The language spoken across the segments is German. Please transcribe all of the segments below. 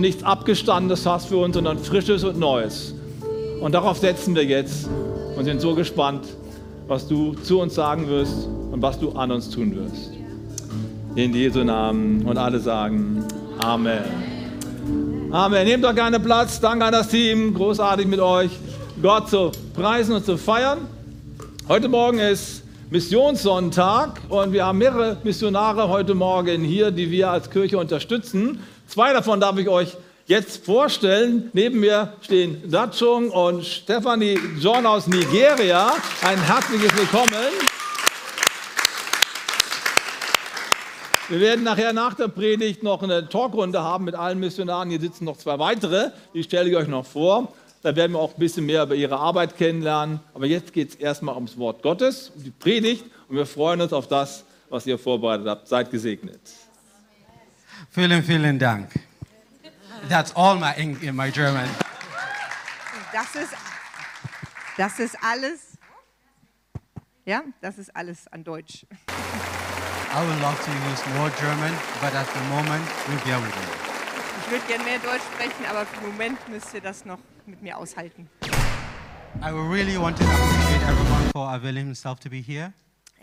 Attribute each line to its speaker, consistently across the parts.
Speaker 1: nichts Abgestandenes hast für uns, sondern Frisches und Neues. Und darauf setzen wir jetzt und sind so gespannt, was du zu uns sagen wirst und was du an uns tun wirst. In Jesu Namen und alle sagen Amen. Amen. Nehmt doch gerne Platz. Danke an das Team. Großartig mit euch. Gott zu preisen und zu feiern. Heute Morgen ist Missionssonntag und wir haben mehrere Missionare heute Morgen hier, die wir als Kirche unterstützen. Zwei davon darf ich euch jetzt vorstellen. Neben mir stehen Datschung und Stephanie John aus Nigeria. Ein herzliches Willkommen. Wir werden nachher nach der Predigt noch eine Talkrunde haben mit allen Missionaren. Hier sitzen noch zwei weitere, die stelle ich euch noch vor. Da werden wir auch ein bisschen mehr über ihre Arbeit kennenlernen. Aber jetzt geht es erstmal ums Wort Gottes, um die Predigt. Und wir freuen uns auf das, was ihr vorbereitet habt. Seid gesegnet.
Speaker 2: Vielen, vielen Dank. That's all my Eng- in my German.
Speaker 3: Das ist, das ist alles. Ja, das ist alles an Deutsch.
Speaker 2: I would love to use more German, but at the moment, we bear with me.
Speaker 3: Ich würde gerne mehr Deutsch sprechen, aber für den Moment müsst ihr das noch mit mir aushalten.
Speaker 2: I would really want to appreciate everyone for availing himself to be here.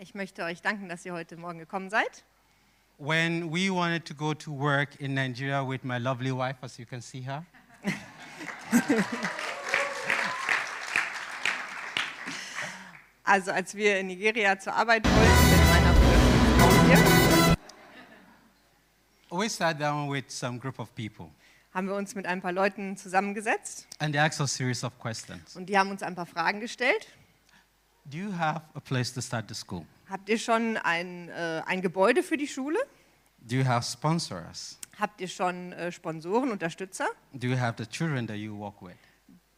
Speaker 3: Ich möchte euch danken, dass ihr heute Morgen gekommen seid.
Speaker 2: When we wanted to go to work in Nigeria with my lovely wife, as you can see her,
Speaker 3: Also als wir in Nigeria zur Arbeit wollten mit meiner wunderschönen Frau hier,
Speaker 2: we sat down with some group of people
Speaker 3: haben wir uns mit ein paar Leuten zusammengesetzt
Speaker 2: and they asked us a series of questions.
Speaker 3: und die haben uns ein paar Fragen gestellt.
Speaker 2: Do you have a place to start the school?
Speaker 3: Habt ihr schon ein, äh, ein Gebäude für die Schule?
Speaker 2: Do you have sponsors?
Speaker 3: Habt ihr schon äh, Sponsoren, Unterstützer?
Speaker 2: Do you have the children that you work with?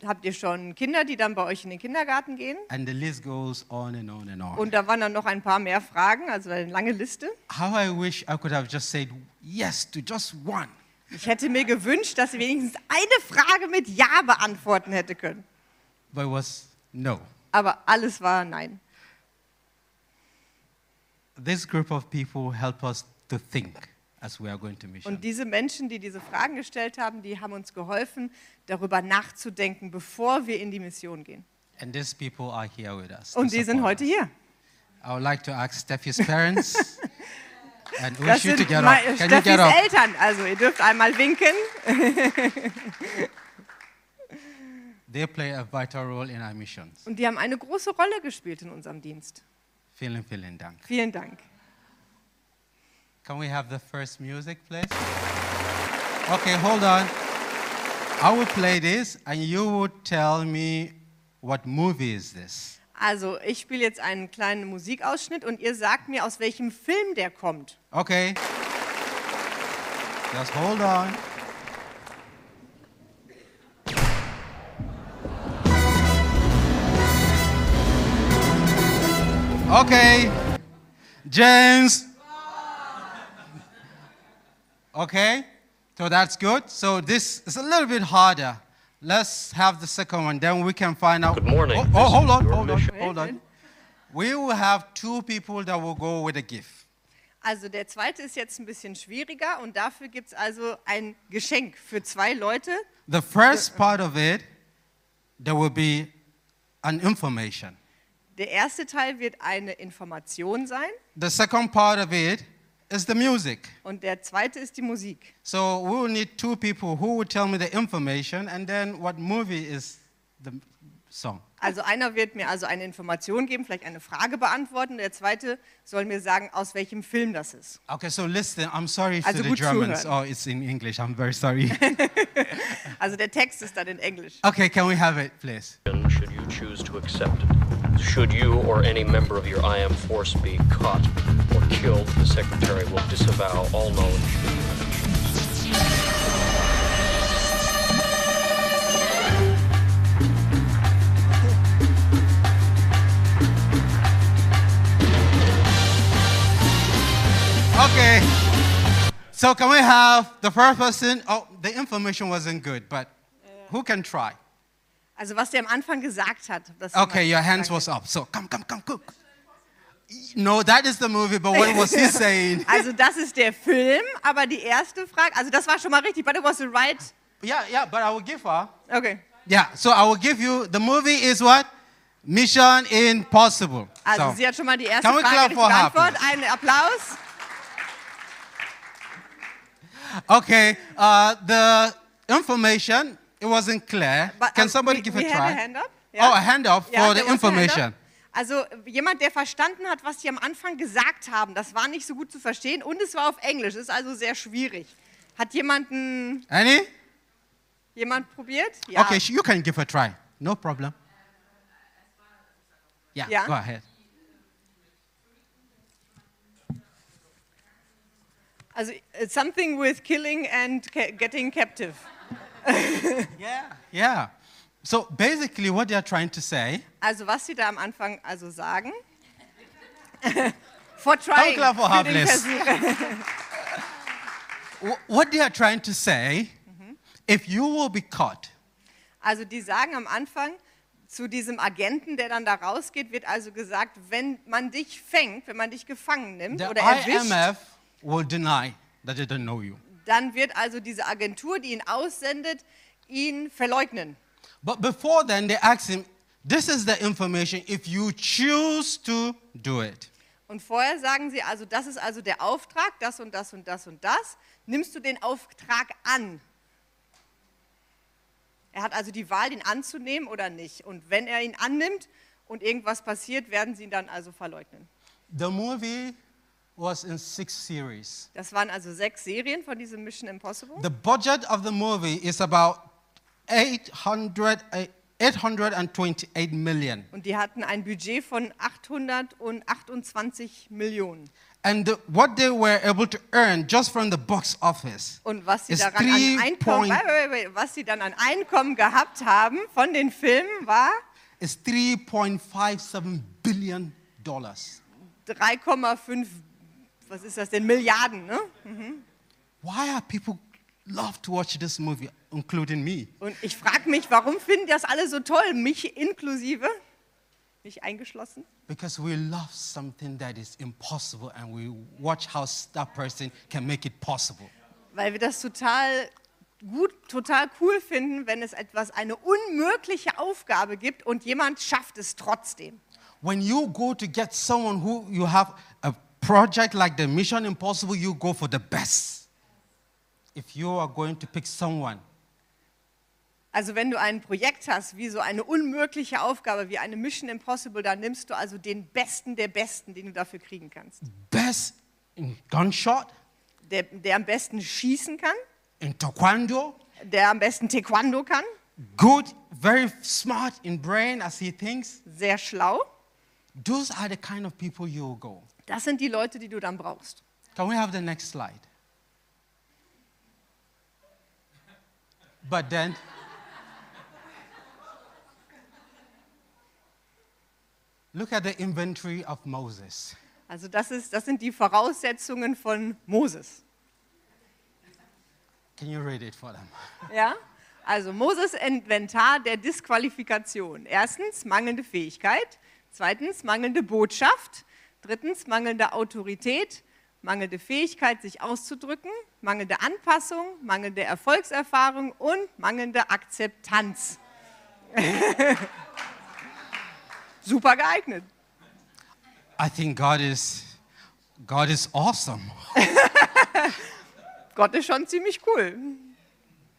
Speaker 3: Habt ihr schon Kinder, die dann bei euch in den Kindergarten gehen?
Speaker 2: And the list goes on and on and on.
Speaker 3: Und da waren dann noch ein paar mehr Fragen, also eine lange Liste.
Speaker 2: How I wish I could have just said yes to just one.
Speaker 3: Ich hätte mir gewünscht, dass sie wenigstens eine Frage mit Ja beantworten hätte können.
Speaker 2: But it was no.
Speaker 3: Aber alles war Nein.
Speaker 2: This group of people help us to think as we are going to mission.
Speaker 3: Und diese Menschen, die diese Fragen gestellt haben, die haben uns geholfen, darüber nachzudenken, bevor wir in die Mission gehen.
Speaker 2: And these people are here with us. to
Speaker 3: Und die sind
Speaker 2: support
Speaker 3: heute
Speaker 2: us.
Speaker 3: hier.
Speaker 2: I would like to ask Steffi's parents and wish
Speaker 3: Das
Speaker 2: you
Speaker 3: sind
Speaker 2: to get up.
Speaker 3: meine-
Speaker 2: Can you
Speaker 3: Steffis
Speaker 2: get up?
Speaker 3: Eltern. Also ihr dürft einmal winken.
Speaker 2: They play a vital role in our missions.
Speaker 3: Und die haben eine große Rolle gespielt in unserem Dienst.
Speaker 2: Vielen, vielen Dank.
Speaker 3: Vielen Dank.
Speaker 2: Can we have the first music, please? Okay, hold on. I will play this and you would tell me what movie is this.
Speaker 3: Also ich spiele jetzt einen kleinen Musikausschnitt und ihr sagt mir, aus welchem Film der kommt.
Speaker 2: Okay. Just hold on. Okay. James. Okay. So that's good. So this is a little bit harder. Let's have the second one, then we can find out.
Speaker 4: Good morning.
Speaker 2: Oh, oh,
Speaker 4: This is
Speaker 2: hold on,
Speaker 4: your
Speaker 2: hold on,
Speaker 4: mission.
Speaker 2: hold on. We will have two people that will go with a gift.
Speaker 3: Also der zweite ist jetzt ein bisschen schwieriger und dafür gibt es also ein Geschenk für zwei Leute.
Speaker 2: The first part of it, there will be an information.
Speaker 3: Der erste Teil wird eine Information sein
Speaker 2: The second part of it is the music.
Speaker 3: und der zweite ist die Musik.
Speaker 2: So we will need two people who will tell me the information and then what movie is the m- song.
Speaker 3: Also einer wird mir also eine Information geben, vielleicht eine Frage beantworten und der zweite soll mir sagen, aus welchem Film das ist.
Speaker 2: Okay, so listen, I'm sorry
Speaker 3: Also
Speaker 2: to the
Speaker 3: gut
Speaker 2: Germans.
Speaker 3: zuhören.
Speaker 2: Oh, it's in English. I'm very sorry.
Speaker 3: Also der Text ist dann in Englisch.
Speaker 2: okay, can we have it, please?
Speaker 4: should you choose to accept it. Should you or any member of your IM force be caught or killed, the Secretary will disavow all knowledge.
Speaker 2: Okay. So can we have the first person? Oh, the information wasn't good, but who can try?
Speaker 3: Also was der am Anfang gesagt hat. das-
Speaker 2: Okay, your hands was up. So come, come, come, cook. No, that is the movie, but what was he saying?
Speaker 3: Also das ist der Film, aber die erste Frage, also das war schon mal richtig, but it was the right,
Speaker 2: Yeah, yeah, but I will give her.
Speaker 3: okay.
Speaker 2: Yeah, so I will give you the movie is what? Mission Impossible.
Speaker 3: Also
Speaker 2: So,
Speaker 3: sie hat schon mal die erste
Speaker 2: Can we
Speaker 3: Frage
Speaker 2: clap
Speaker 3: richtig
Speaker 2: for her,
Speaker 3: beantwortet. Einen Applaus.
Speaker 2: okay, uh, the information it wasn't clear.
Speaker 3: But,
Speaker 2: Can
Speaker 3: um,
Speaker 2: somebody
Speaker 3: we-
Speaker 2: give
Speaker 3: we
Speaker 2: a
Speaker 3: had
Speaker 2: try?
Speaker 3: a hand up,
Speaker 2: Oh,
Speaker 3: yeah.
Speaker 2: a hand up
Speaker 3: Ja,
Speaker 2: for
Speaker 3: there
Speaker 2: the
Speaker 3: was a
Speaker 2: information.
Speaker 3: hand up. Also jemand, der verstanden hat, was sie am Anfang gesagt haben, das war nicht so gut zu verstehen und es war auf Englisch, ist also sehr schwierig. Hat jemanden,
Speaker 2: Any?
Speaker 3: jemand probiert? Ja.
Speaker 2: Okay, sh- you can give a try. No problem. Yeah,
Speaker 3: Yeah.
Speaker 2: go ahead.
Speaker 3: Also äh, something with killing and ca getting captive.
Speaker 2: Yeah. Yeah. So basically, what they are trying to say.
Speaker 3: Also was sie da am Anfang also sagen. for
Speaker 2: Come
Speaker 3: trying.
Speaker 2: clap for her,
Speaker 3: für den
Speaker 2: please.
Speaker 3: Versuch.
Speaker 2: Wh- what they are trying to say,
Speaker 3: Mm-hmm.
Speaker 2: if you will be caught,
Speaker 3: Also die sagen am Anfang zu diesem Agenten, der dann da rausgeht, wird also gesagt, wenn man dich fängt, wenn man dich gefangen nimmt
Speaker 2: the
Speaker 3: oder erwischt,
Speaker 2: IMF will deny that they don't know you.
Speaker 3: dann wird also diese Agentur, die ihn aussendet, ihn verleugnen.
Speaker 2: But before then, they ask him, this is the information if you choose to do it.
Speaker 3: Und vorher sagen sie also, das ist also der Auftrag, das und das und das und das. Nimmst du den Auftrag an? Er hat also die Wahl, den anzunehmen oder nicht. Und wenn er ihn annimmt und irgendwas passiert, werden sie ihn dann also verleugnen.
Speaker 2: The movie was in six series.
Speaker 3: Das waren also sechs Serien von diesem Mission Impossible.
Speaker 2: The budget of the movie is about 800, eh, 828 million.
Speaker 3: Und die hatten ein Budget von 828 Millionen.
Speaker 2: And the, what they were able to earn just from the box office
Speaker 3: Und was sie
Speaker 2: is
Speaker 3: daran an
Speaker 2: 3
Speaker 3: Einkommen,
Speaker 2: point
Speaker 3: wait, wait, wait, was sie dann an Einkommen gehabt haben von den Filmen war
Speaker 2: is 3.57 billion dollars.
Speaker 3: 3,5, was ist das denn, Milliarden. Ne?
Speaker 2: Why are people love to watch this movie, including me?
Speaker 3: Und ich frage mich, warum finden das alle so toll, mich inklusive, mich eingeschlossen?
Speaker 2: Because we love something that is impossible and we watch how that person can make it possible.
Speaker 3: Weil wir das total gut, total cool finden, wenn es etwas, eine unmögliche Aufgabe gibt und jemand schafft es trotzdem.
Speaker 2: When you go to get someone who you have a project like the Mission Impossible, you go for the best. If you are going to pick someone,
Speaker 3: Also wenn du ein Projekt hast, wie so eine unmögliche Aufgabe, wie eine Mission Impossible, dann nimmst du also den Besten der Besten, den du dafür kriegen kannst.
Speaker 2: best in gunshot,
Speaker 3: Der, der am besten schießen kann,
Speaker 2: in taekwondo,
Speaker 3: der am besten Taekwondo kann,
Speaker 2: good, very smart in brain as he thinks,
Speaker 3: sehr schlau.
Speaker 2: those are the kind of people you will go.
Speaker 3: Das sind die Leute, die du dann brauchst.
Speaker 2: Can we have the next slide? But then, look at the inventory of Moses.
Speaker 3: Also das, ist, das sind die Voraussetzungen von Moses.
Speaker 2: Can you read it for them?
Speaker 3: Ja? Also Moses Inventar der Disqualifikation. Erstens mangelnde Fähigkeit, zweitens mangelnde Botschaft, drittens mangelnde Autorität, mangelnde Fähigkeit, sich auszudrücken, mangelnde Anpassung, mangelnde Erfolgserfahrung und mangelnde Akzeptanz. Super geeignet.
Speaker 2: I think God is, God is awesome.
Speaker 3: Gott ist schon ziemlich cool.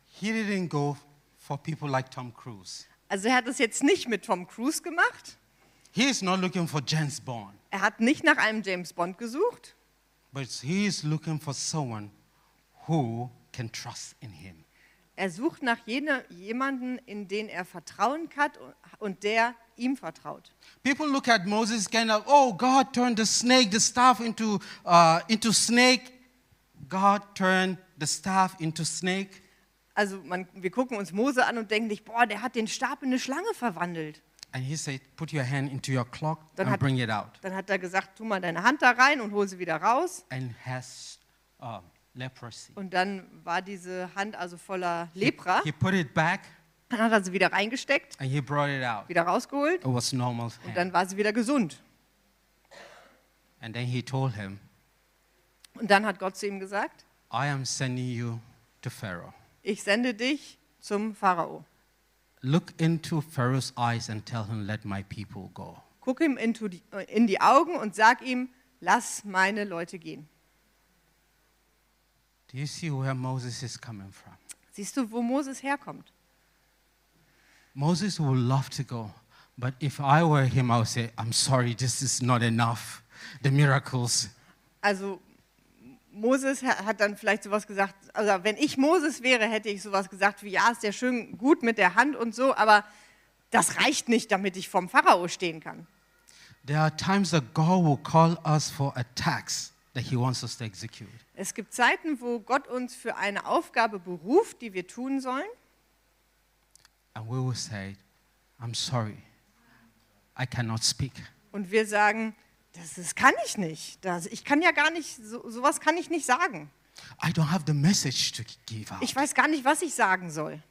Speaker 2: He didn't go for people like Tom Cruise.
Speaker 3: Also er hat es jetzt nicht mit Tom Cruise gemacht.
Speaker 2: He is not looking for James Bond,
Speaker 3: Er hat nicht nach einem James Bond gesucht,
Speaker 2: but he is looking for someone who can trust in him.
Speaker 3: Er sucht nach jene, jemanden, in den er Vertrauen hat und der ihm vertraut.
Speaker 2: People look at Moses kind of, oh, God turned the snake, the staff into, uh, into snake. God turned the staff into snake.
Speaker 3: Also man, wir gucken uns Mose an und denken nicht, boah, der hat den Stab in eine Schlange verwandelt.
Speaker 2: And he said, put your hand into your clock
Speaker 3: Dann
Speaker 2: and
Speaker 3: hat-
Speaker 2: bring it out.
Speaker 3: Dann hat er gesagt, tu mal deine Hand da rein und hol sie wieder raus.
Speaker 2: And has um, leprosy.
Speaker 3: Und dann war diese Hand also voller Lepra.
Speaker 2: He put it back
Speaker 3: Dann hat er sie wieder reingesteckt,
Speaker 2: and he brought it out.
Speaker 3: wieder rausgehold
Speaker 2: It was normal.
Speaker 3: und
Speaker 2: hand.
Speaker 3: dann war sie wieder gesund.
Speaker 2: And then he told him,
Speaker 3: Und dann hat Gott zu ihm gesagt,
Speaker 2: I am sending you to Pharaoh.
Speaker 3: ich sende dich zum Pharao.
Speaker 2: Look into Pharaoh's eyes and tell him, Let my people go.
Speaker 3: Guck ihm into die, äh, in die Augen und sag ihm, lass meine Leute gehen.
Speaker 2: Do you see where Moses is coming from?
Speaker 3: Siehst du, wo Moses herkommt?
Speaker 2: Moses would love to go, but if I were him, I would say, I'm sorry, this is not enough. The miracles.
Speaker 3: Also Moses ha- hat dann vielleicht sowas gesagt, also wenn ich Moses wäre, hätte ich sowas gesagt wie, ja, ist ja schön gut mit der Hand und so, aber das reicht nicht, damit ich vom Pharao stehen kann.
Speaker 2: There are times that God will call us for a tax that he wants us to execute.
Speaker 3: Es gibt Zeiten, wo Gott uns für eine Aufgabe beruft, die wir tun sollen.
Speaker 2: And we will say, I'm sorry, I cannot speak.
Speaker 3: Und wir sagen, das, das kann ich nicht. Das, ich kann ja gar nicht, so, sowas kann ich nicht sagen.
Speaker 2: I don't have the message to give out.
Speaker 3: Ich weiß gar nicht, was ich sagen soll.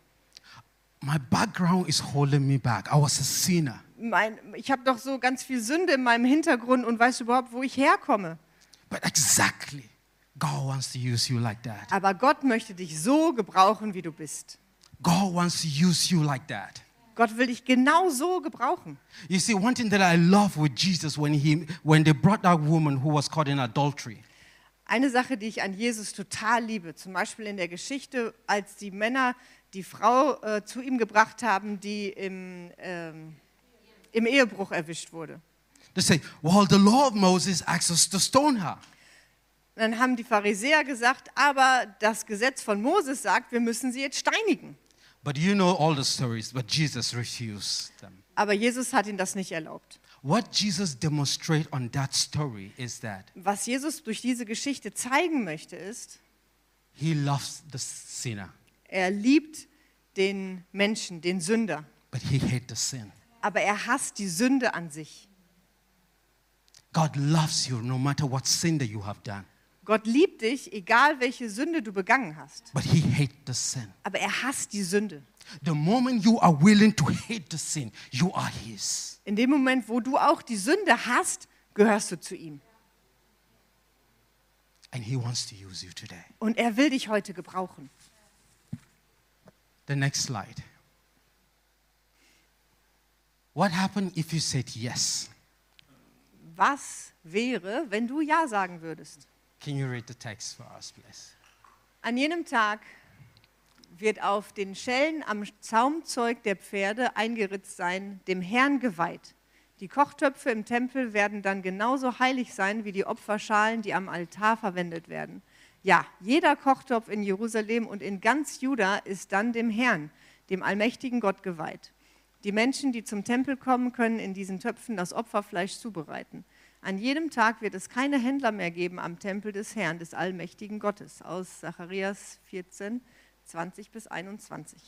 Speaker 2: My background is holding me back. I was a sinner.
Speaker 3: Mein, ich habe doch so ganz viel Sünde in meinem Hintergrund und weiß überhaupt, wo ich herkomme.
Speaker 2: But exactly, God wants to use you like that.
Speaker 3: Aber Gott möchte dich so gebrauchen, wie du bist.
Speaker 2: God wants to use you like that.
Speaker 3: Gott will dich genau so gebrauchen.
Speaker 2: You see, one thing that I love with Jesus when, he, when they brought that woman who was caught in adultery,
Speaker 3: Eine Sache, die ich an Jesus total liebe, zum Beispiel in der Geschichte, als die Männer die Frau äh, zu ihm gebracht haben, die im, ähm, im Ehebruch erwischt wurde.
Speaker 2: they say, Well, the law of Moses asks us to stone her.
Speaker 3: Dann haben die Pharisäer gesagt, aber das Gesetz von Moses sagt, wir müssen sie jetzt steinigen.
Speaker 2: But you know all the stories, but Jesus refused them.
Speaker 3: Aber Jesus hat ihnen das nicht erlaubt.
Speaker 2: What Jesus demonstrates on that story is that
Speaker 3: Was Jesus durch diese Geschichte zeigen möchte, ist,
Speaker 2: he loves the sinner,
Speaker 3: er liebt den Menschen, den Sünder,
Speaker 2: but he hates the sin.
Speaker 3: aber er hasst die Sünde an sich.
Speaker 2: God loves you no matter what sin that you have done,
Speaker 3: Gott liebt dich, egal welche Sünde du begangen hast,
Speaker 2: but he hates the sin.
Speaker 3: aber er hasst die Sünde.
Speaker 2: The moment you are willing to hate the sin, you are his.
Speaker 3: In dem Moment, wo du auch die Sünde hast, gehörst du zu ihm.
Speaker 2: And he wants to use you today.
Speaker 3: Und er will dich heute gebrauchen.
Speaker 2: The next slide. What happened if you said yes?
Speaker 3: Was wäre, wenn du Ja sagen würdest?
Speaker 2: Can you read the text for us, please?
Speaker 3: An jenem Tag wird auf den Schellen am Zaumzeug der Pferde eingeritzt sein, dem Herrn geweiht. Die Kochtöpfe im Tempel werden dann genauso heilig sein wie die Opferschalen, die am Altar verwendet werden. Ja, jeder Kochtopf in Jerusalem und in ganz Juda ist dann dem Herrn, dem allmächtigen Gott geweiht. Die Menschen, die zum Tempel kommen, können in diesen Töpfen das Opferfleisch zubereiten. An jedem Tag wird es keine Händler mehr geben am Tempel des Herrn, des allmächtigen Gottes. Aus Zacharias 14, 20 bis 21.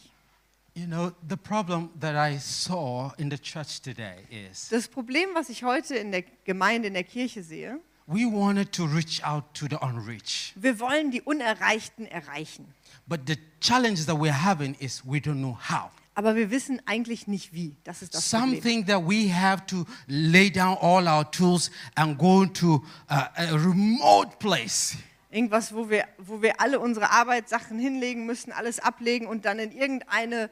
Speaker 2: You know, the problem that I saw in the church today is
Speaker 3: Das Problem, was ich heute in der Gemeinde, in der Kirche sehe,
Speaker 2: we wanted to reach out to the unreached,
Speaker 3: wir wollen die Unerreichten erreichen.
Speaker 2: but the challenge that we're having is we don't know how.
Speaker 3: Aber wir wissen eigentlich nicht wie. Das ist das Problem.
Speaker 2: Something that we have to lay down all our tools and go to a, a remote place
Speaker 3: Irgendwas, wo wir, wo wir alle unsere Arbeitssachen hinlegen müssen, alles ablegen und dann in irgendeine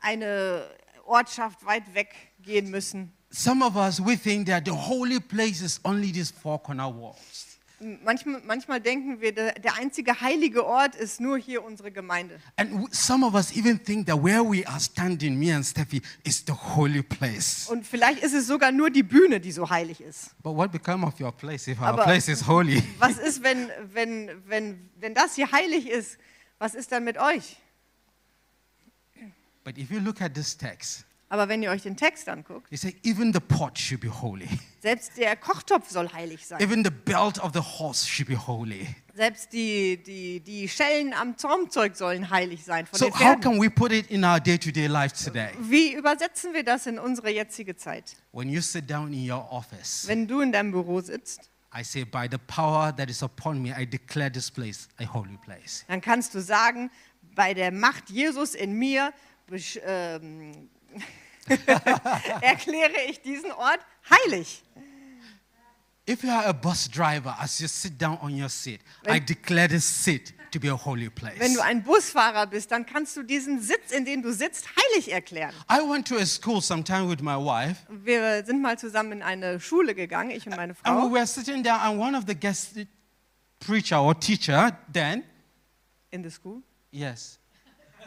Speaker 3: eine Ortschaft weit weg gehen müssen.
Speaker 2: Some of us, we think that the holy place is only these four corner walls.
Speaker 3: Manchmal, manchmal denken wir, der, der einzige heilige Ort ist nur hier unsere Gemeinde.
Speaker 2: And w- some of us even think that where we are standing, me and Steffi, is the holy place.
Speaker 3: Und vielleicht ist es sogar nur die Bühne, die so heilig ist.
Speaker 2: But what become of your place if our
Speaker 3: Aber-
Speaker 2: place is holy?
Speaker 3: Was ist, wenn, wenn, wenn, wenn das hier heilig ist? Was ist dann mit euch?
Speaker 2: But if you look at this text,
Speaker 3: Aber wenn ihr euch den Text anguckt,
Speaker 2: it says even the pot should be holy.
Speaker 3: selbst der Kochtopf soll heilig sein.
Speaker 2: Even the belt of the horse should be holy.
Speaker 3: Selbst die, die, die Schellen am Zaumzeug sollen heilig sein. Von
Speaker 2: So
Speaker 3: den
Speaker 2: how
Speaker 3: Pferden.
Speaker 2: can we put it in our day-to-day life today?
Speaker 3: Wie übersetzen wir das in unsere jetzige Zeit?
Speaker 2: When you sit down in your office,
Speaker 3: Wenn du in deinem Büro sitzt,
Speaker 2: I say, by the power that is upon me, I declare this place a holy place.
Speaker 3: dann kannst du sagen, bei der Macht Jesus in mir besch- ähm, erkläre ich diesen Ort heilig.
Speaker 2: If you are a bus driver, as you sit down on your seat, I declare this seat to be a holy
Speaker 3: Wenn
Speaker 2: place.
Speaker 3: du ein Busfahrer bist, dann kannst du diesen Sitz, in dem du sitzt, heilig erklären.
Speaker 2: I went to a school sometime with my wife,
Speaker 3: Wir sind mal zusammen in eine Schule gegangen, ich und meine
Speaker 2: and
Speaker 3: Frau,
Speaker 2: we were sitting down, and one of the guest preacher or teacher then,
Speaker 3: in the school,
Speaker 2: yes,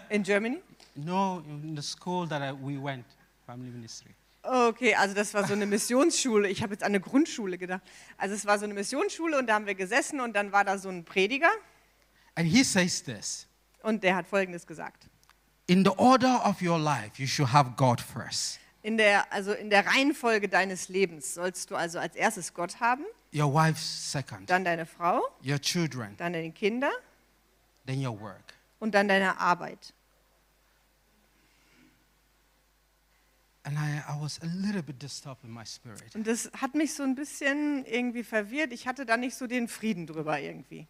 Speaker 3: in Germany.
Speaker 2: no, in the school that I, we went, family ministry.
Speaker 3: Okay, also das war so eine Missionsschule. Ich habe jetzt an eine Grundschule gedacht. Also es war so eine Missionsschule und da haben wir gesessen und dann war da so ein Prediger
Speaker 2: And he says this
Speaker 3: und der hat Folgendes gesagt.
Speaker 2: In the order of your life, you should have God first,
Speaker 3: In der, also in der Reihenfolge deines Lebens sollst du also als erstes Gott haben,
Speaker 2: your wife second,
Speaker 3: dann deine Frau,
Speaker 2: your children,
Speaker 3: dann deine Kinder
Speaker 2: then your work.
Speaker 3: und dann deine Arbeit.
Speaker 2: And I, I was a little bit disturbed in my spirit.
Speaker 3: Und das hat mich so ein bisschen irgendwie verwirrt. Ich hatte da nicht so den Frieden drüber irgendwie.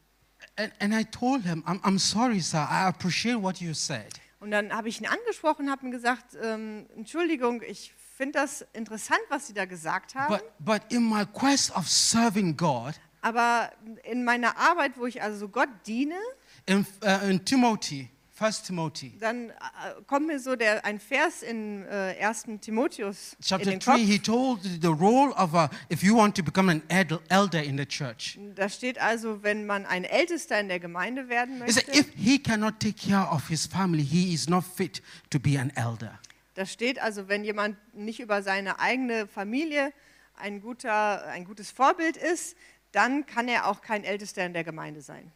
Speaker 2: And, and I told him, I'm, I'm sorry, sir, I appreciate what you said.
Speaker 3: Und dann habe ich ihn angesprochen, habe ihm gesagt, ähm, Entschuldigung, ich finde das interessant, was Sie da gesagt haben.
Speaker 2: But, but in my quest of serving God,
Speaker 3: Aber in meiner Arbeit, wo ich also Gott diene,
Speaker 2: in, uh, in Timothy, First Timothy,
Speaker 3: dann äh, kommt mir so der, ein Vers in äh, 1. Timotheus in
Speaker 2: chapter
Speaker 3: den
Speaker 2: 3,
Speaker 3: Kopf.
Speaker 2: he told the role of a, if you want to become an ed- elder in the church,
Speaker 3: Da steht also, wenn man ein Ältester in der Gemeinde werden
Speaker 2: he said,
Speaker 3: möchte,
Speaker 2: if he cannot take care of his family, he is not fit to be an elder.
Speaker 3: da steht also, wenn jemand nicht über seine eigene Familie ein, guter, ein gutes Vorbild ist, dann kann er auch kein Ältester in der Gemeinde sein.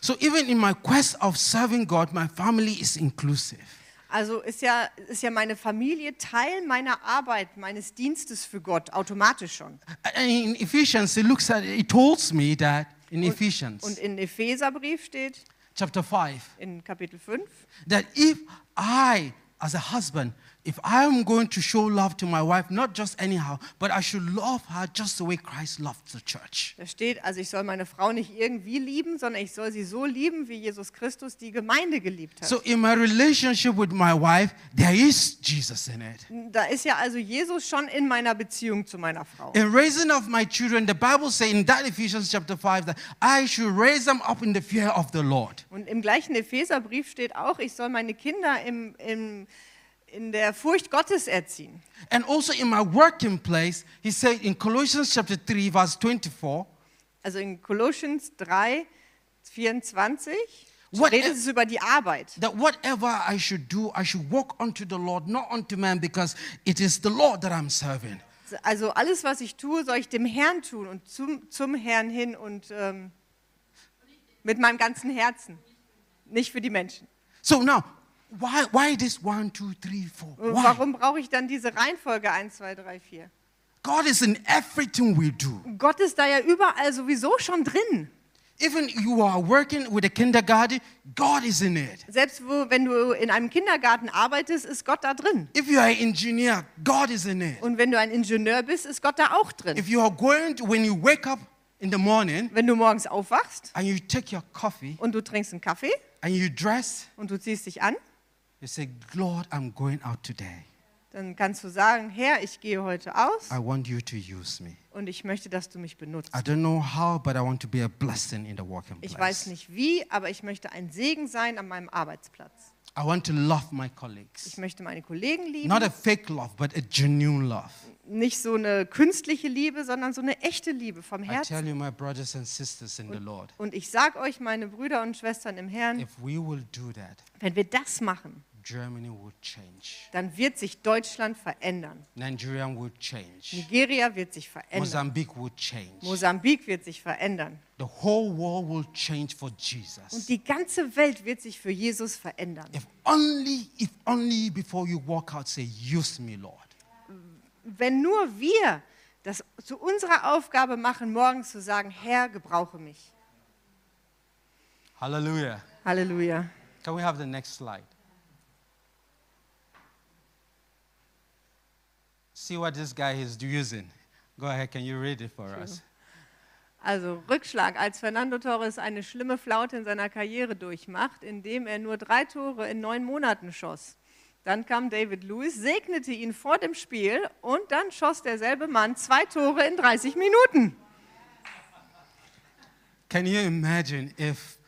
Speaker 2: So even in my quest of serving God, my family is inclusive.
Speaker 3: Also ist ja, ist ja meine Familie Teil meiner Arbeit, meines Dienstes für Gott, automatisch schon.
Speaker 2: And in Ephesians, it looks at it tells me that in Ephesians
Speaker 3: Und in Epheserbrief steht,
Speaker 2: chapter five
Speaker 3: in Kapitel 5,
Speaker 2: that if I, as a husband, if I am going to show love to my wife, not just anyhow, but I should love her just the way Christ loved the church.
Speaker 3: da steht, also ich soll meine Frau nicht irgendwie lieben, sondern ich soll sie so lieben, wie Jesus Christus die Gemeinde geliebt hat.
Speaker 2: So in my relationship with my wife, there is Jesus in it.
Speaker 3: da ist ja also Jesus schon in meiner Beziehung zu meiner Frau.
Speaker 2: In raising of my children, the Bible says in that Ephesians chapter five that I should raise them up in the fear of the Lord.
Speaker 3: Und im gleichen Epheserbrief steht auch, ich soll meine Kinder im, im, in der Furcht Gottes erziehen.
Speaker 2: And also in my working place, he said in Colossians chapter 3, verse 24,
Speaker 3: Also in Colossians 3, 24
Speaker 2: What
Speaker 3: redet
Speaker 2: if-
Speaker 3: es über die Arbeit.
Speaker 2: that whatever I should do, I should walk unto the Lord, not unto man, because it is the Lord that I'm serving.
Speaker 3: Also alles, was ich tue, soll ich dem Herrn tun und zum, zum Herrn hin und ähm, mit meinem ganzen Herzen, nicht für die Menschen.
Speaker 2: So now, why, why this one, two, three, four?
Speaker 3: Und
Speaker 2: Why?
Speaker 3: warum brauche ich dann diese Reihenfolge 1, 2, 3, 4?
Speaker 2: God is in everything we do.
Speaker 3: Gott ist da ja überall sowieso schon drin.
Speaker 2: Even you are working with a kindergarten, God is in it.
Speaker 3: Selbst wo, wenn du in einem Kindergarten arbeitest, ist Gott da drin.
Speaker 2: If you are an engineer, God is in it.
Speaker 3: Und wenn du ein Ingenieur bist, ist Gott da auch drin.
Speaker 2: If you are going to, when you wake up in the morning
Speaker 3: Wenn du morgens aufwachst
Speaker 2: and you take your coffee
Speaker 3: und du trinkst einen Kaffee
Speaker 2: and you dress,
Speaker 3: und du ziehst dich an,
Speaker 2: You say, Lord, I'm going out today.
Speaker 3: dann kannst du sagen, Herr, ich gehe heute aus
Speaker 2: I want you to use me.
Speaker 3: und ich möchte, dass du mich benutzt.
Speaker 2: I don't know how, but I want to be a blessing in the working place.
Speaker 3: Ich weiß nicht wie, aber ich möchte ein Segen sein an meinem Arbeitsplatz.
Speaker 2: I want to love my
Speaker 3: Ich
Speaker 2: colleagues.
Speaker 3: möchte meine Kollegen
Speaker 2: Not a
Speaker 3: lieben.
Speaker 2: fake love, but a genuine love.
Speaker 3: Nicht so eine künstliche Liebe, sondern so eine echte Liebe vom
Speaker 2: I tell
Speaker 3: Herzen.
Speaker 2: you, my brothers and sisters in the Lord,
Speaker 3: Und ich sage euch, meine Brüder und Schwestern im Herrn,
Speaker 2: if we will do that,
Speaker 3: wenn wir das machen,
Speaker 2: Germany will change.
Speaker 3: dann wird sich Deutschland verändern.
Speaker 2: Nigeria will change.
Speaker 3: Nigeria wird sich verändern.
Speaker 2: Mozambique will change.
Speaker 3: Mosambik wird sich verändern.
Speaker 2: The whole world will change for Jesus.
Speaker 3: Und die ganze Welt wird sich für Jesus verändern.
Speaker 2: If only, if only before you walk out, say, use me, Lord.
Speaker 3: Wenn nur wir das zu unserer Aufgabe machen, morgens zu sagen, Herr, gebrauche mich.
Speaker 2: Hallelujah.
Speaker 3: Halleluja.
Speaker 2: Can we have the next slide? See what this guy is using. Go ahead, can you read it for us?
Speaker 3: Also Rückschlag, als Fernando Torres eine schlimme Flaute in seiner Karriere durchmacht, indem er nur drei Tore in neun Monaten schoss. Dann kam David Lewis, segnete ihn vor dem Spiel und dann schoss derselbe Mann zwei Tore in 30 Minuten.
Speaker 2: Can you imagine if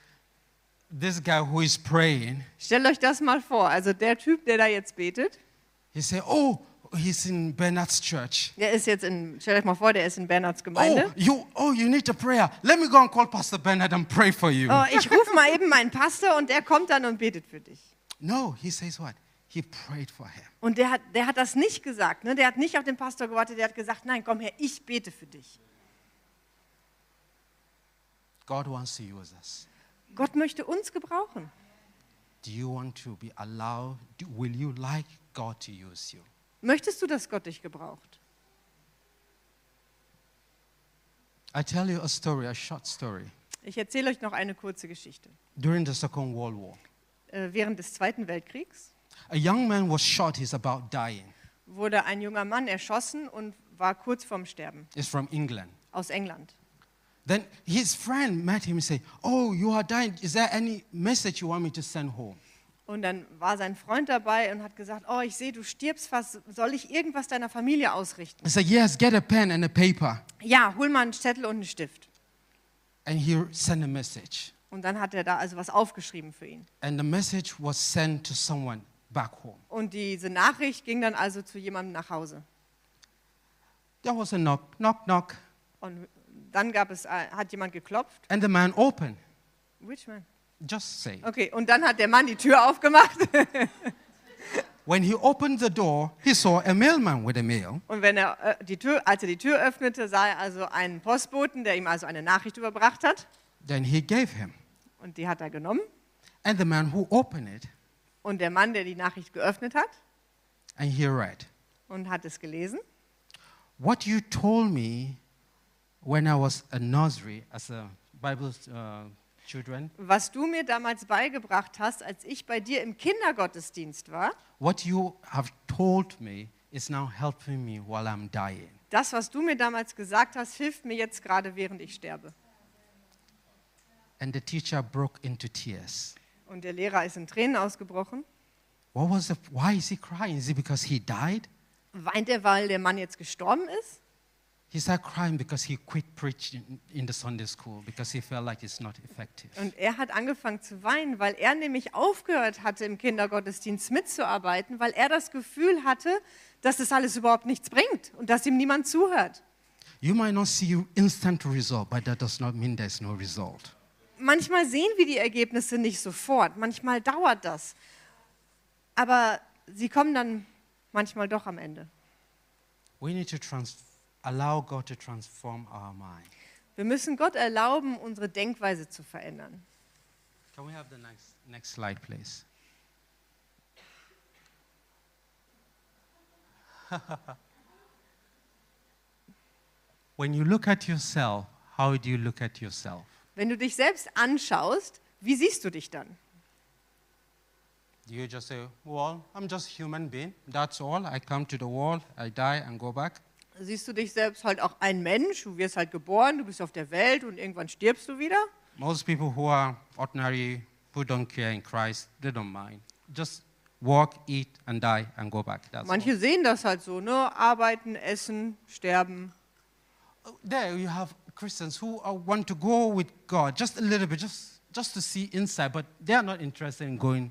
Speaker 2: this guy who is praying,
Speaker 3: Stellt euch das mal vor. Also der Typ, der da jetzt betet,
Speaker 2: he say, "Oh, he's in Bernard's church.
Speaker 3: der ist jetzt in, stellt euch mal vor, der ist in Bernhards Gemeinde.
Speaker 2: Oh, you, oh, you need a prayer. Let me go and call Pastor Bernard and pray for you."
Speaker 3: Oh, ich rufe mal eben meinen Pastor und der kommt dann und betet für dich.
Speaker 2: No, he says what? He prayed for him.
Speaker 3: Und der hat, der hat das nicht gesagt. Ne? Der hat nicht auf den Pastor gewartet. Der hat gesagt, nein, komm her, ich bete für dich.
Speaker 2: God wants to use us.
Speaker 3: Gott möchte uns gebrauchen.
Speaker 2: Do you want to be allowed? do- will you like God to use you?
Speaker 3: Möchtest du, dass Gott dich gebraucht?
Speaker 2: I tell you a story, a short story.
Speaker 3: Ich erzähle euch noch eine kurze Geschichte.
Speaker 2: During the Second World War,
Speaker 3: Äh, während des Zweiten Weltkriegs
Speaker 2: a young man was shot. He's about dying.
Speaker 3: wurde ein junger Mann erschossen und war kurz vorm Sterben
Speaker 2: He's from England.
Speaker 3: aus England.
Speaker 2: Then his friend met him and said, Oh, you are dying. Is there any message you want me to send home?
Speaker 3: Und dann war sein Freund dabei und hat gesagt, oh, ich sehe, du stirbst fast, soll ich irgendwas deiner Familie ausrichten?
Speaker 2: He said, Yes, get a pen and a paper.
Speaker 3: Ja, hol mal einen Zettel und einen Stift.
Speaker 2: And he sent a message.
Speaker 3: Und dann hat er da also was aufgeschrieben für ihn.
Speaker 2: And the message was sent to someone back home.
Speaker 3: Und diese Nachricht ging dann also zu jemandem nach Hause.
Speaker 2: There was a knock, knock, knock.
Speaker 3: Und dann gab es, ein- hat jemand geklopft.
Speaker 2: And the man opened.
Speaker 3: Which man?
Speaker 2: Just say.
Speaker 3: Okay, und dann hat der Mann die Tür aufgemacht.
Speaker 2: When he opened the door, he saw a mailman with a mail.
Speaker 3: Und wenn er äh, die Tür, als er die Tür öffnete, sah er also einen Postboten, der ihm also eine Nachricht überbracht hat.
Speaker 2: Then he gave him.
Speaker 3: Und die hat er genommen.
Speaker 2: And the man who opened it,
Speaker 3: Und der Mann, der die Nachricht geöffnet hat
Speaker 2: and he read,
Speaker 3: und hat es gelesen,
Speaker 2: What you told me when I was a nursery as a Bible uh, children,
Speaker 3: was du mir damals beigebracht hast, als ich bei dir im Kindergottesdienst war,
Speaker 2: what you have told me is now helping me while I'm dying.
Speaker 3: das, was du mir damals gesagt hast, hilft mir jetzt gerade, während ich sterbe.
Speaker 2: And the teacher broke into tears.
Speaker 3: Und der Lehrer ist in Tränen ausgebrochen.
Speaker 2: What was the, why is he crying? Is it because he died?
Speaker 3: Weint er, weil der Mann jetzt gestorben ist?
Speaker 2: He started crying because he quit preaching in the Sunday school because he felt like it's not effective.
Speaker 3: Und er hat angefangen zu weinen, weil er nämlich aufgehört hatte, im Kindergottesdienst mitzuarbeiten, weil er das Gefühl hatte, dass das alles überhaupt nichts bringt und dass ihm niemand zuhört.
Speaker 2: You might not see instant result, but that does not mean there's no result.
Speaker 3: Manchmal sehen wir die Ergebnisse nicht sofort, manchmal dauert das. Aber sie kommen dann manchmal doch am Ende.
Speaker 2: We need to trans- allow God to transform our mind.
Speaker 3: Wir müssen Gott erlauben, unsere Denkweise zu verändern.
Speaker 2: Can we have the next, next slide, please? when you look at yourself, how do you look at yourself?
Speaker 3: Wenn du dich selbst anschaust, wie siehst du dich dann?
Speaker 2: Do you just say, well, I'm just human being. That's all. I come to the world, I die and go back.
Speaker 3: Siehst du dich selbst halt auch ein Mensch, du wirst halt geboren, du bist auf der Welt und irgendwann stirbst du wieder?
Speaker 2: Most people who are ordinary, who don't care in Christ, they don't mind. Just walk, eat, and die, and go back. That's all.
Speaker 3: Manche sehen das halt so, ne? Arbeiten, essen, sterben.
Speaker 2: There you have Christians who are, want to go with God just a little bit, just, just to see inside, but they are not interested in going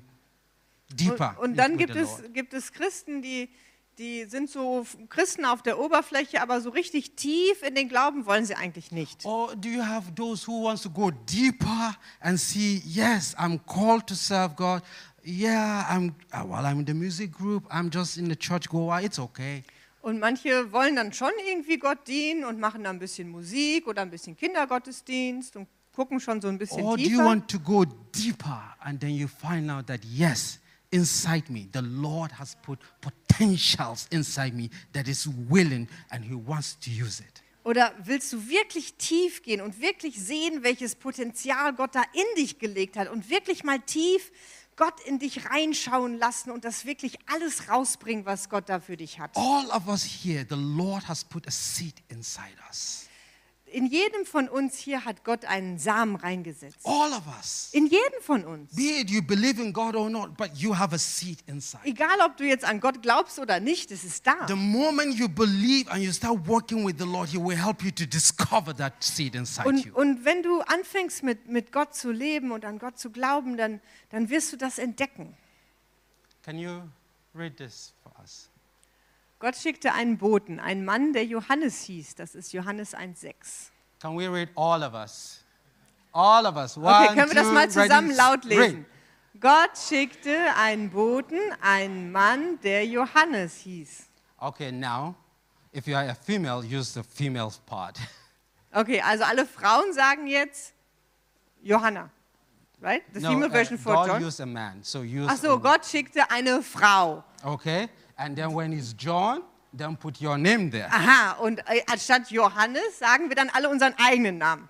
Speaker 3: Und,
Speaker 2: deeper.
Speaker 3: und dann
Speaker 2: with
Speaker 3: gibt
Speaker 2: the
Speaker 3: es,
Speaker 2: Lord.
Speaker 3: gibt es Christen, die, die sind so F- Christen auf der Oberfläche, aber so richtig tief in den Glauben wollen sie eigentlich nicht.
Speaker 2: Or do you have those who wants to go deeper and see, yes, I'm called to serve God. Yeah, I'm, uh, well, I'm in the music group. I'm just in the church goer. It's okay.
Speaker 3: Und manche wollen dann schon irgendwie Gott dienen und machen dann ein bisschen Musik oder ein bisschen Kindergottesdienst und gucken schon so ein bisschen
Speaker 2: Or Oh, do you
Speaker 3: tiefer.
Speaker 2: want to go deeper and then you find out that yes, inside me, the Lord has put potentials inside me that is willing and He wants to use it.
Speaker 3: Oder willst du wirklich tief gehen und wirklich sehen, welches Potenzial Gott da in dich gelegt hat und wirklich mal tief Gott in dich reinschauen lassen und das wirklich alles rausbringen, was Gott da für dich hat?
Speaker 2: All of us here, the Lord has put a seed inside us.
Speaker 3: in jedem von uns hier hat Gott einen Samen reingesetzt.
Speaker 2: All of us.
Speaker 3: In jedem von uns.
Speaker 2: Be it you believe in God or not, but you have a seed inside.
Speaker 3: Egal, ob du jetzt an Gott glaubst oder nicht, es ist da.
Speaker 2: The moment you believe and you start working with the Lord, He will help you to discover that seed inside
Speaker 3: Und,
Speaker 2: you.
Speaker 3: und wenn du anfängst, mit, mit Gott zu leben und an Gott zu glauben, dann, dann wirst du das entdecken.
Speaker 2: Can you read this for us?
Speaker 3: Gott schickte einen Boten, einen Mann, der Johannes hieß. Das ist Johannes 1,6.
Speaker 2: Can we read all of us? All of us. One,
Speaker 3: Okay, können wir das
Speaker 2: two,
Speaker 3: mal
Speaker 2: ready,
Speaker 3: zusammen laut
Speaker 2: read.
Speaker 3: lesen? Gott schickte einen Boten, einen Mann, der Johannes hieß.
Speaker 2: Okay, now, if you are a female, use the female part.
Speaker 3: Okay, also alle Frauen sagen jetzt Johanna. Right? The female
Speaker 2: uh,
Speaker 3: version for
Speaker 2: God
Speaker 3: John.
Speaker 2: used a man, so use.
Speaker 3: Ach so,
Speaker 2: a-
Speaker 3: Gott schickte eine Frau.
Speaker 2: Okay, and then when it's John, then put your name there.
Speaker 3: Aha, und äh, anstatt Johannes sagen wir dann alle unseren eigenen Namen.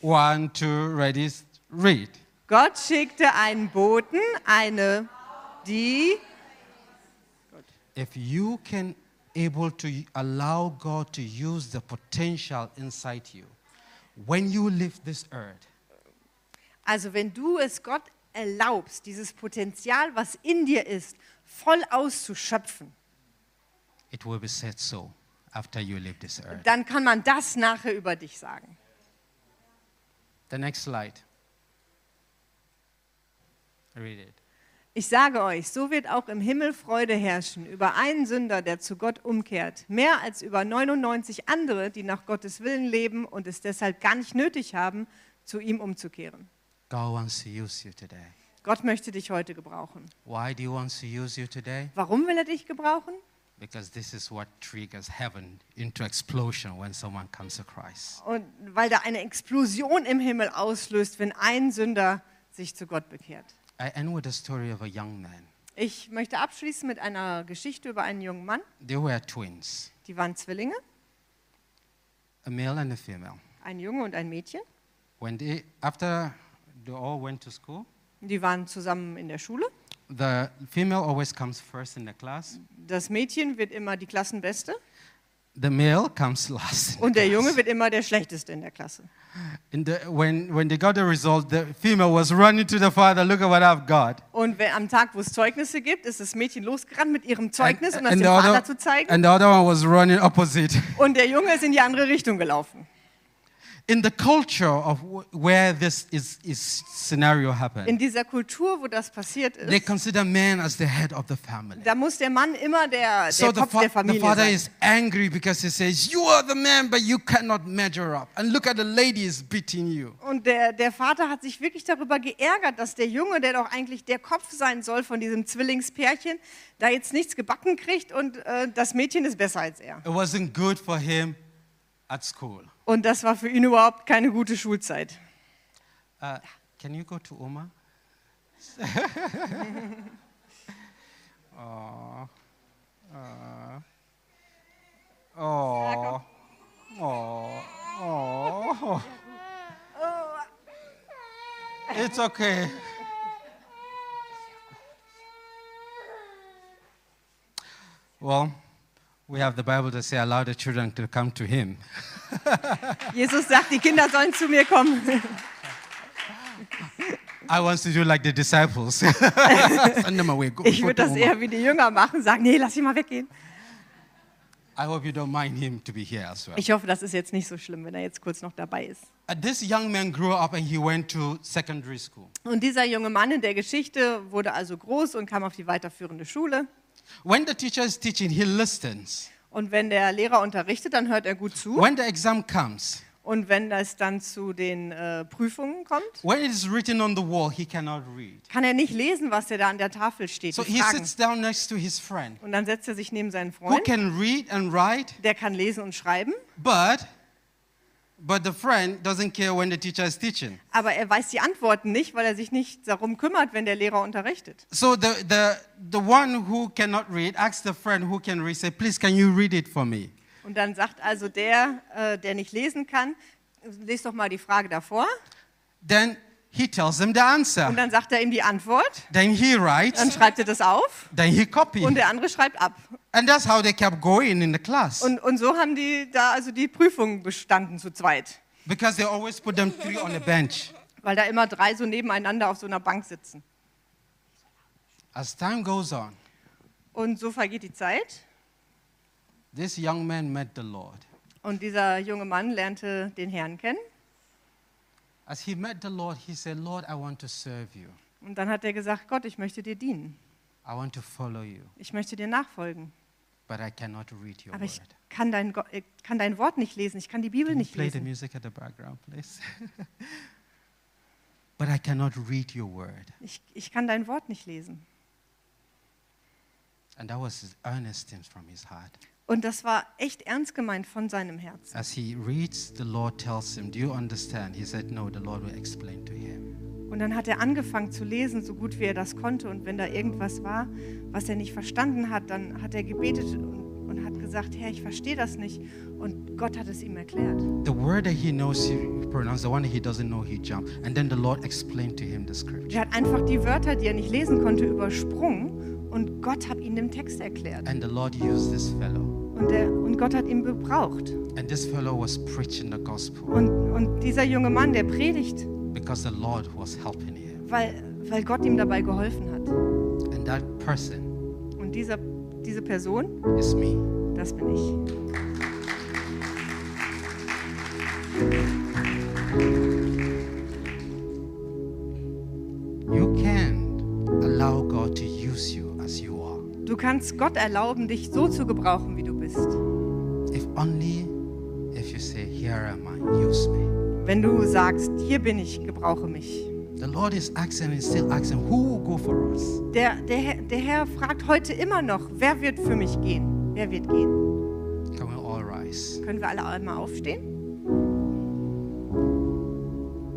Speaker 2: One, two, ready, s- read.
Speaker 3: Gott schickte einen Boten, eine, die,
Speaker 2: If you can able to allow God to use the potential inside you, when you leave this earth,
Speaker 3: also wenn du es Gott erlaubst, dieses Potenzial, was in dir ist, voll auszuschöpfen,
Speaker 2: it will be said so after you leave this earth.
Speaker 3: dann kann man das nachher über dich sagen.
Speaker 2: The next slide. Read it.
Speaker 3: Ich sage euch, so wird auch im Himmel Freude herrschen über einen Sünder, der zu Gott umkehrt, mehr als über 99 andere, die nach Gottes Willen leben und es deshalb gar nicht nötig haben, zu ihm umzukehren.
Speaker 2: God wants to use you today.
Speaker 3: Gott möchte dich heute gebrauchen.
Speaker 2: Why do you want to use you today?
Speaker 3: Warum will er dich gebrauchen?
Speaker 2: Because this is what triggers heaven into explosion when someone comes to Christ.
Speaker 3: Und weil da eine Explosion im Himmel auslöst, wenn ein Sünder sich zu Gott bekehrt.
Speaker 2: I end with the story of a young man.
Speaker 3: Ich möchte abschließen mit einer Geschichte über einen jungen Mann.
Speaker 2: They were twins,
Speaker 3: Die waren Zwillinge,
Speaker 2: a male and a female.
Speaker 3: ein Junge und ein Mädchen.
Speaker 2: When they, after they all went to school,
Speaker 3: Die waren zusammen in der Schule.
Speaker 2: the female always comes first in the class.
Speaker 3: Das Mädchen wird immer die Klassenbeste
Speaker 2: The male comes last. in
Speaker 3: und
Speaker 2: the
Speaker 3: der
Speaker 2: class.
Speaker 3: Junge wird immer der Schlechteste in der Klasse.
Speaker 2: In the, when, when they got the result, the female was running to the father, look at what I've got.
Speaker 3: Und wenn, am Tag, wo es Zeugnisse gibt, ist das Mädchen losgerannt mit ihrem Zeugnis, um das
Speaker 2: And the
Speaker 3: dem Vater
Speaker 2: other-
Speaker 3: zu zeigen.
Speaker 2: and the other one was running opposite.
Speaker 3: und der Junge ist in die andere Richtung gelaufen.
Speaker 2: In the culture of wh- where this is, is scenario
Speaker 3: In
Speaker 2: happened,
Speaker 3: dieser Kultur, wo das passiert
Speaker 2: they
Speaker 3: ist,
Speaker 2: consider man as the head of the family.
Speaker 3: da muss der Mann immer der, der
Speaker 2: So the,
Speaker 3: Kopf
Speaker 2: fa-
Speaker 3: der
Speaker 2: the
Speaker 3: Familie
Speaker 2: father
Speaker 3: sein.
Speaker 2: is angry because he says, You are the man, but you cannot measure up. And look at the lady is beating you.
Speaker 3: Und der, der Vater hat sich wirklich darüber geärgert, dass der Junge, der doch eigentlich der Kopf sein soll von diesem Zwillingspärchen, da jetzt nichts gebacken kriegt und äh, das Mädchen ist besser als er.
Speaker 2: It wasn't good for him at school.
Speaker 3: Und das war für ihn überhaupt keine gute Schulzeit.
Speaker 2: Uh, can you go to Oma? Aw. Aw. Aw. Aw. Aw. It's okay. Well, we have the Bible to say, allow the children to come to him.
Speaker 3: Jesus sagt, die Kinder sollen zu mir kommen.
Speaker 2: I want to do like the disciples. Send them away. Go,
Speaker 3: Ich
Speaker 2: go
Speaker 3: würde
Speaker 2: to
Speaker 3: das
Speaker 2: Oma.
Speaker 3: eher wie die Jünger machen, sagen, nee, lass sie mal weggehen.
Speaker 2: I hope you don't mind him to be here as well.
Speaker 3: Ich hoffe, das ist jetzt nicht so schlimm, wenn er jetzt kurz noch dabei ist.
Speaker 2: Uh, this young man grew up and he went to secondary school.
Speaker 3: Und dieser junge Mann in der Geschichte wurde also groß und kam auf die weiterführende Schule.
Speaker 2: When the teacher is teaching, he listens.
Speaker 3: Und wenn der Lehrer unterrichtet, dann hört er gut zu.
Speaker 2: When the exam comes,
Speaker 3: Und wenn es dann zu den äh, Prüfungen kommt,
Speaker 2: when it is written on the wall, he cannot read.
Speaker 3: kann er nicht lesen, was er da an der Tafel steht.
Speaker 2: So
Speaker 3: die
Speaker 2: he
Speaker 3: Fragen.
Speaker 2: sits down next to his friend
Speaker 3: Und dann setzt er sich neben seinen
Speaker 2: who
Speaker 3: Freund.
Speaker 2: can read and write,
Speaker 3: Der kann lesen und schreiben,
Speaker 2: but but the friend doesn't care when the teacher is teaching.
Speaker 3: aber er weiß die Antworten nicht, weil er sich nicht darum kümmert, wenn der Lehrer unterrichtet.
Speaker 2: So the, the, the one who cannot read asks the friend who can read, say, please, can you read it for me?
Speaker 3: Und dann sagt also der, äh, der nicht lesen kann, lest doch mal die Frage davor.
Speaker 2: Then he tells him the answer.
Speaker 3: Und dann sagt er ihm die Antwort.
Speaker 2: Then he
Speaker 3: Dann
Speaker 2: writes,
Speaker 3: schreibt er das auf
Speaker 2: then he copies.
Speaker 3: und der andere schreibt ab.
Speaker 2: And that's how they kept going in the class.
Speaker 3: Und, und so haben die da also die Prüfung bestanden zu zweit,
Speaker 2: Because they always put them three on the bench.
Speaker 3: weil da immer drei so nebeneinander auf so einer Bank sitzen.
Speaker 2: As time goes on,
Speaker 3: Und so vergeht die Zeit
Speaker 2: this young man met the Lord.
Speaker 3: und dieser junge Mann lernte den Herrn kennen.
Speaker 2: As he met the Lord, he said, Lord, I want to serve you.
Speaker 3: Und dann hat er gesagt, Gott, ich möchte dir dienen,
Speaker 2: I want to follow you,
Speaker 3: ich möchte dir nachfolgen,
Speaker 2: but I cannot read your
Speaker 3: aber
Speaker 2: word.
Speaker 3: ich kann dein, Go- äh, kann dein Wort nicht lesen, ich kann die Bibel
Speaker 2: Can you
Speaker 3: nicht
Speaker 2: play the
Speaker 3: lesen.
Speaker 2: music at the background, please? but I cannot read your word.
Speaker 3: Ich, ich kann dein Wort nicht lesen.
Speaker 2: And that was his earnestness from his heart.
Speaker 3: Und das war echt ernst gemeint von seinem Herzen.
Speaker 2: As he reads, the Lord tells him, Do you understand? He said, No, the Lord will explain to him.
Speaker 3: Und dann hat er angefangen zu lesen, so gut wie er das konnte. Und wenn da irgendwas war, was er nicht verstanden hat, dann hat er gebetet und, und hat gesagt, Herr, ich verstehe das nicht. Und Gott hat es ihm erklärt.
Speaker 2: The word that he knows, he pronounced. The one that he doesn't know, he jumped. And then the Lord explained to him the scripture.
Speaker 3: Er hat einfach die Wörter, die er nicht lesen konnte, übersprungen. Und Gott hat ihm den Text erklärt.
Speaker 2: And the Lord used this fellow.
Speaker 3: Und, er, und Gott hat ihn gebraucht.
Speaker 2: And this fellow was preaching the gospel
Speaker 3: Und, und dieser junge Mann, der predigt,
Speaker 2: because the Lord was helping him.
Speaker 3: weil, weil Gott ihm dabei geholfen hat.
Speaker 2: And that person
Speaker 3: Und dieser, diese Person,
Speaker 2: is me.
Speaker 3: das bin ich.
Speaker 2: You can allow God to use you as you are
Speaker 3: Du kannst Gott erlauben, dich so zu gebrauchen, wie du bist.
Speaker 2: if only if you say, Here am I, use me.
Speaker 3: Wenn du sagst, hier bin ich, gebrauche mich.
Speaker 2: The Lord is asking and still asking, Who will go for us?
Speaker 3: Der, der, Herr- der Herr fragt heute immer noch, wer wird für mich gehen? Wer wird gehen?
Speaker 2: Can we all rise?
Speaker 3: Können wir alle einmal aufstehen?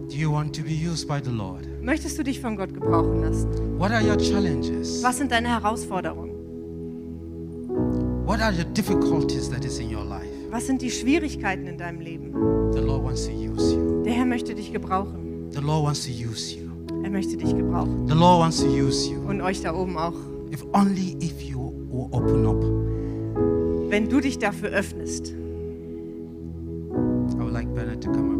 Speaker 2: Do you want to be used by the Lord?
Speaker 3: Möchtest du dich von Gott gebrauchen lassen?
Speaker 2: What are your challenges?
Speaker 3: Was sind deine Herausforderungen?
Speaker 2: What are the difficulties that is in your life?
Speaker 3: Was sind die Schwierigkeiten in deinem Leben?
Speaker 2: The Lord wants to use you.
Speaker 3: Der Herr möchte dich gebrauchen.
Speaker 2: The Lord wants to use you.
Speaker 3: Er möchte dich gebrauchen.
Speaker 2: The Lord wants to use you.
Speaker 3: Und euch da oben auch.
Speaker 2: If only if you will open up.
Speaker 3: Wenn du dich dafür öffnest.
Speaker 2: I would like Bernard to come up.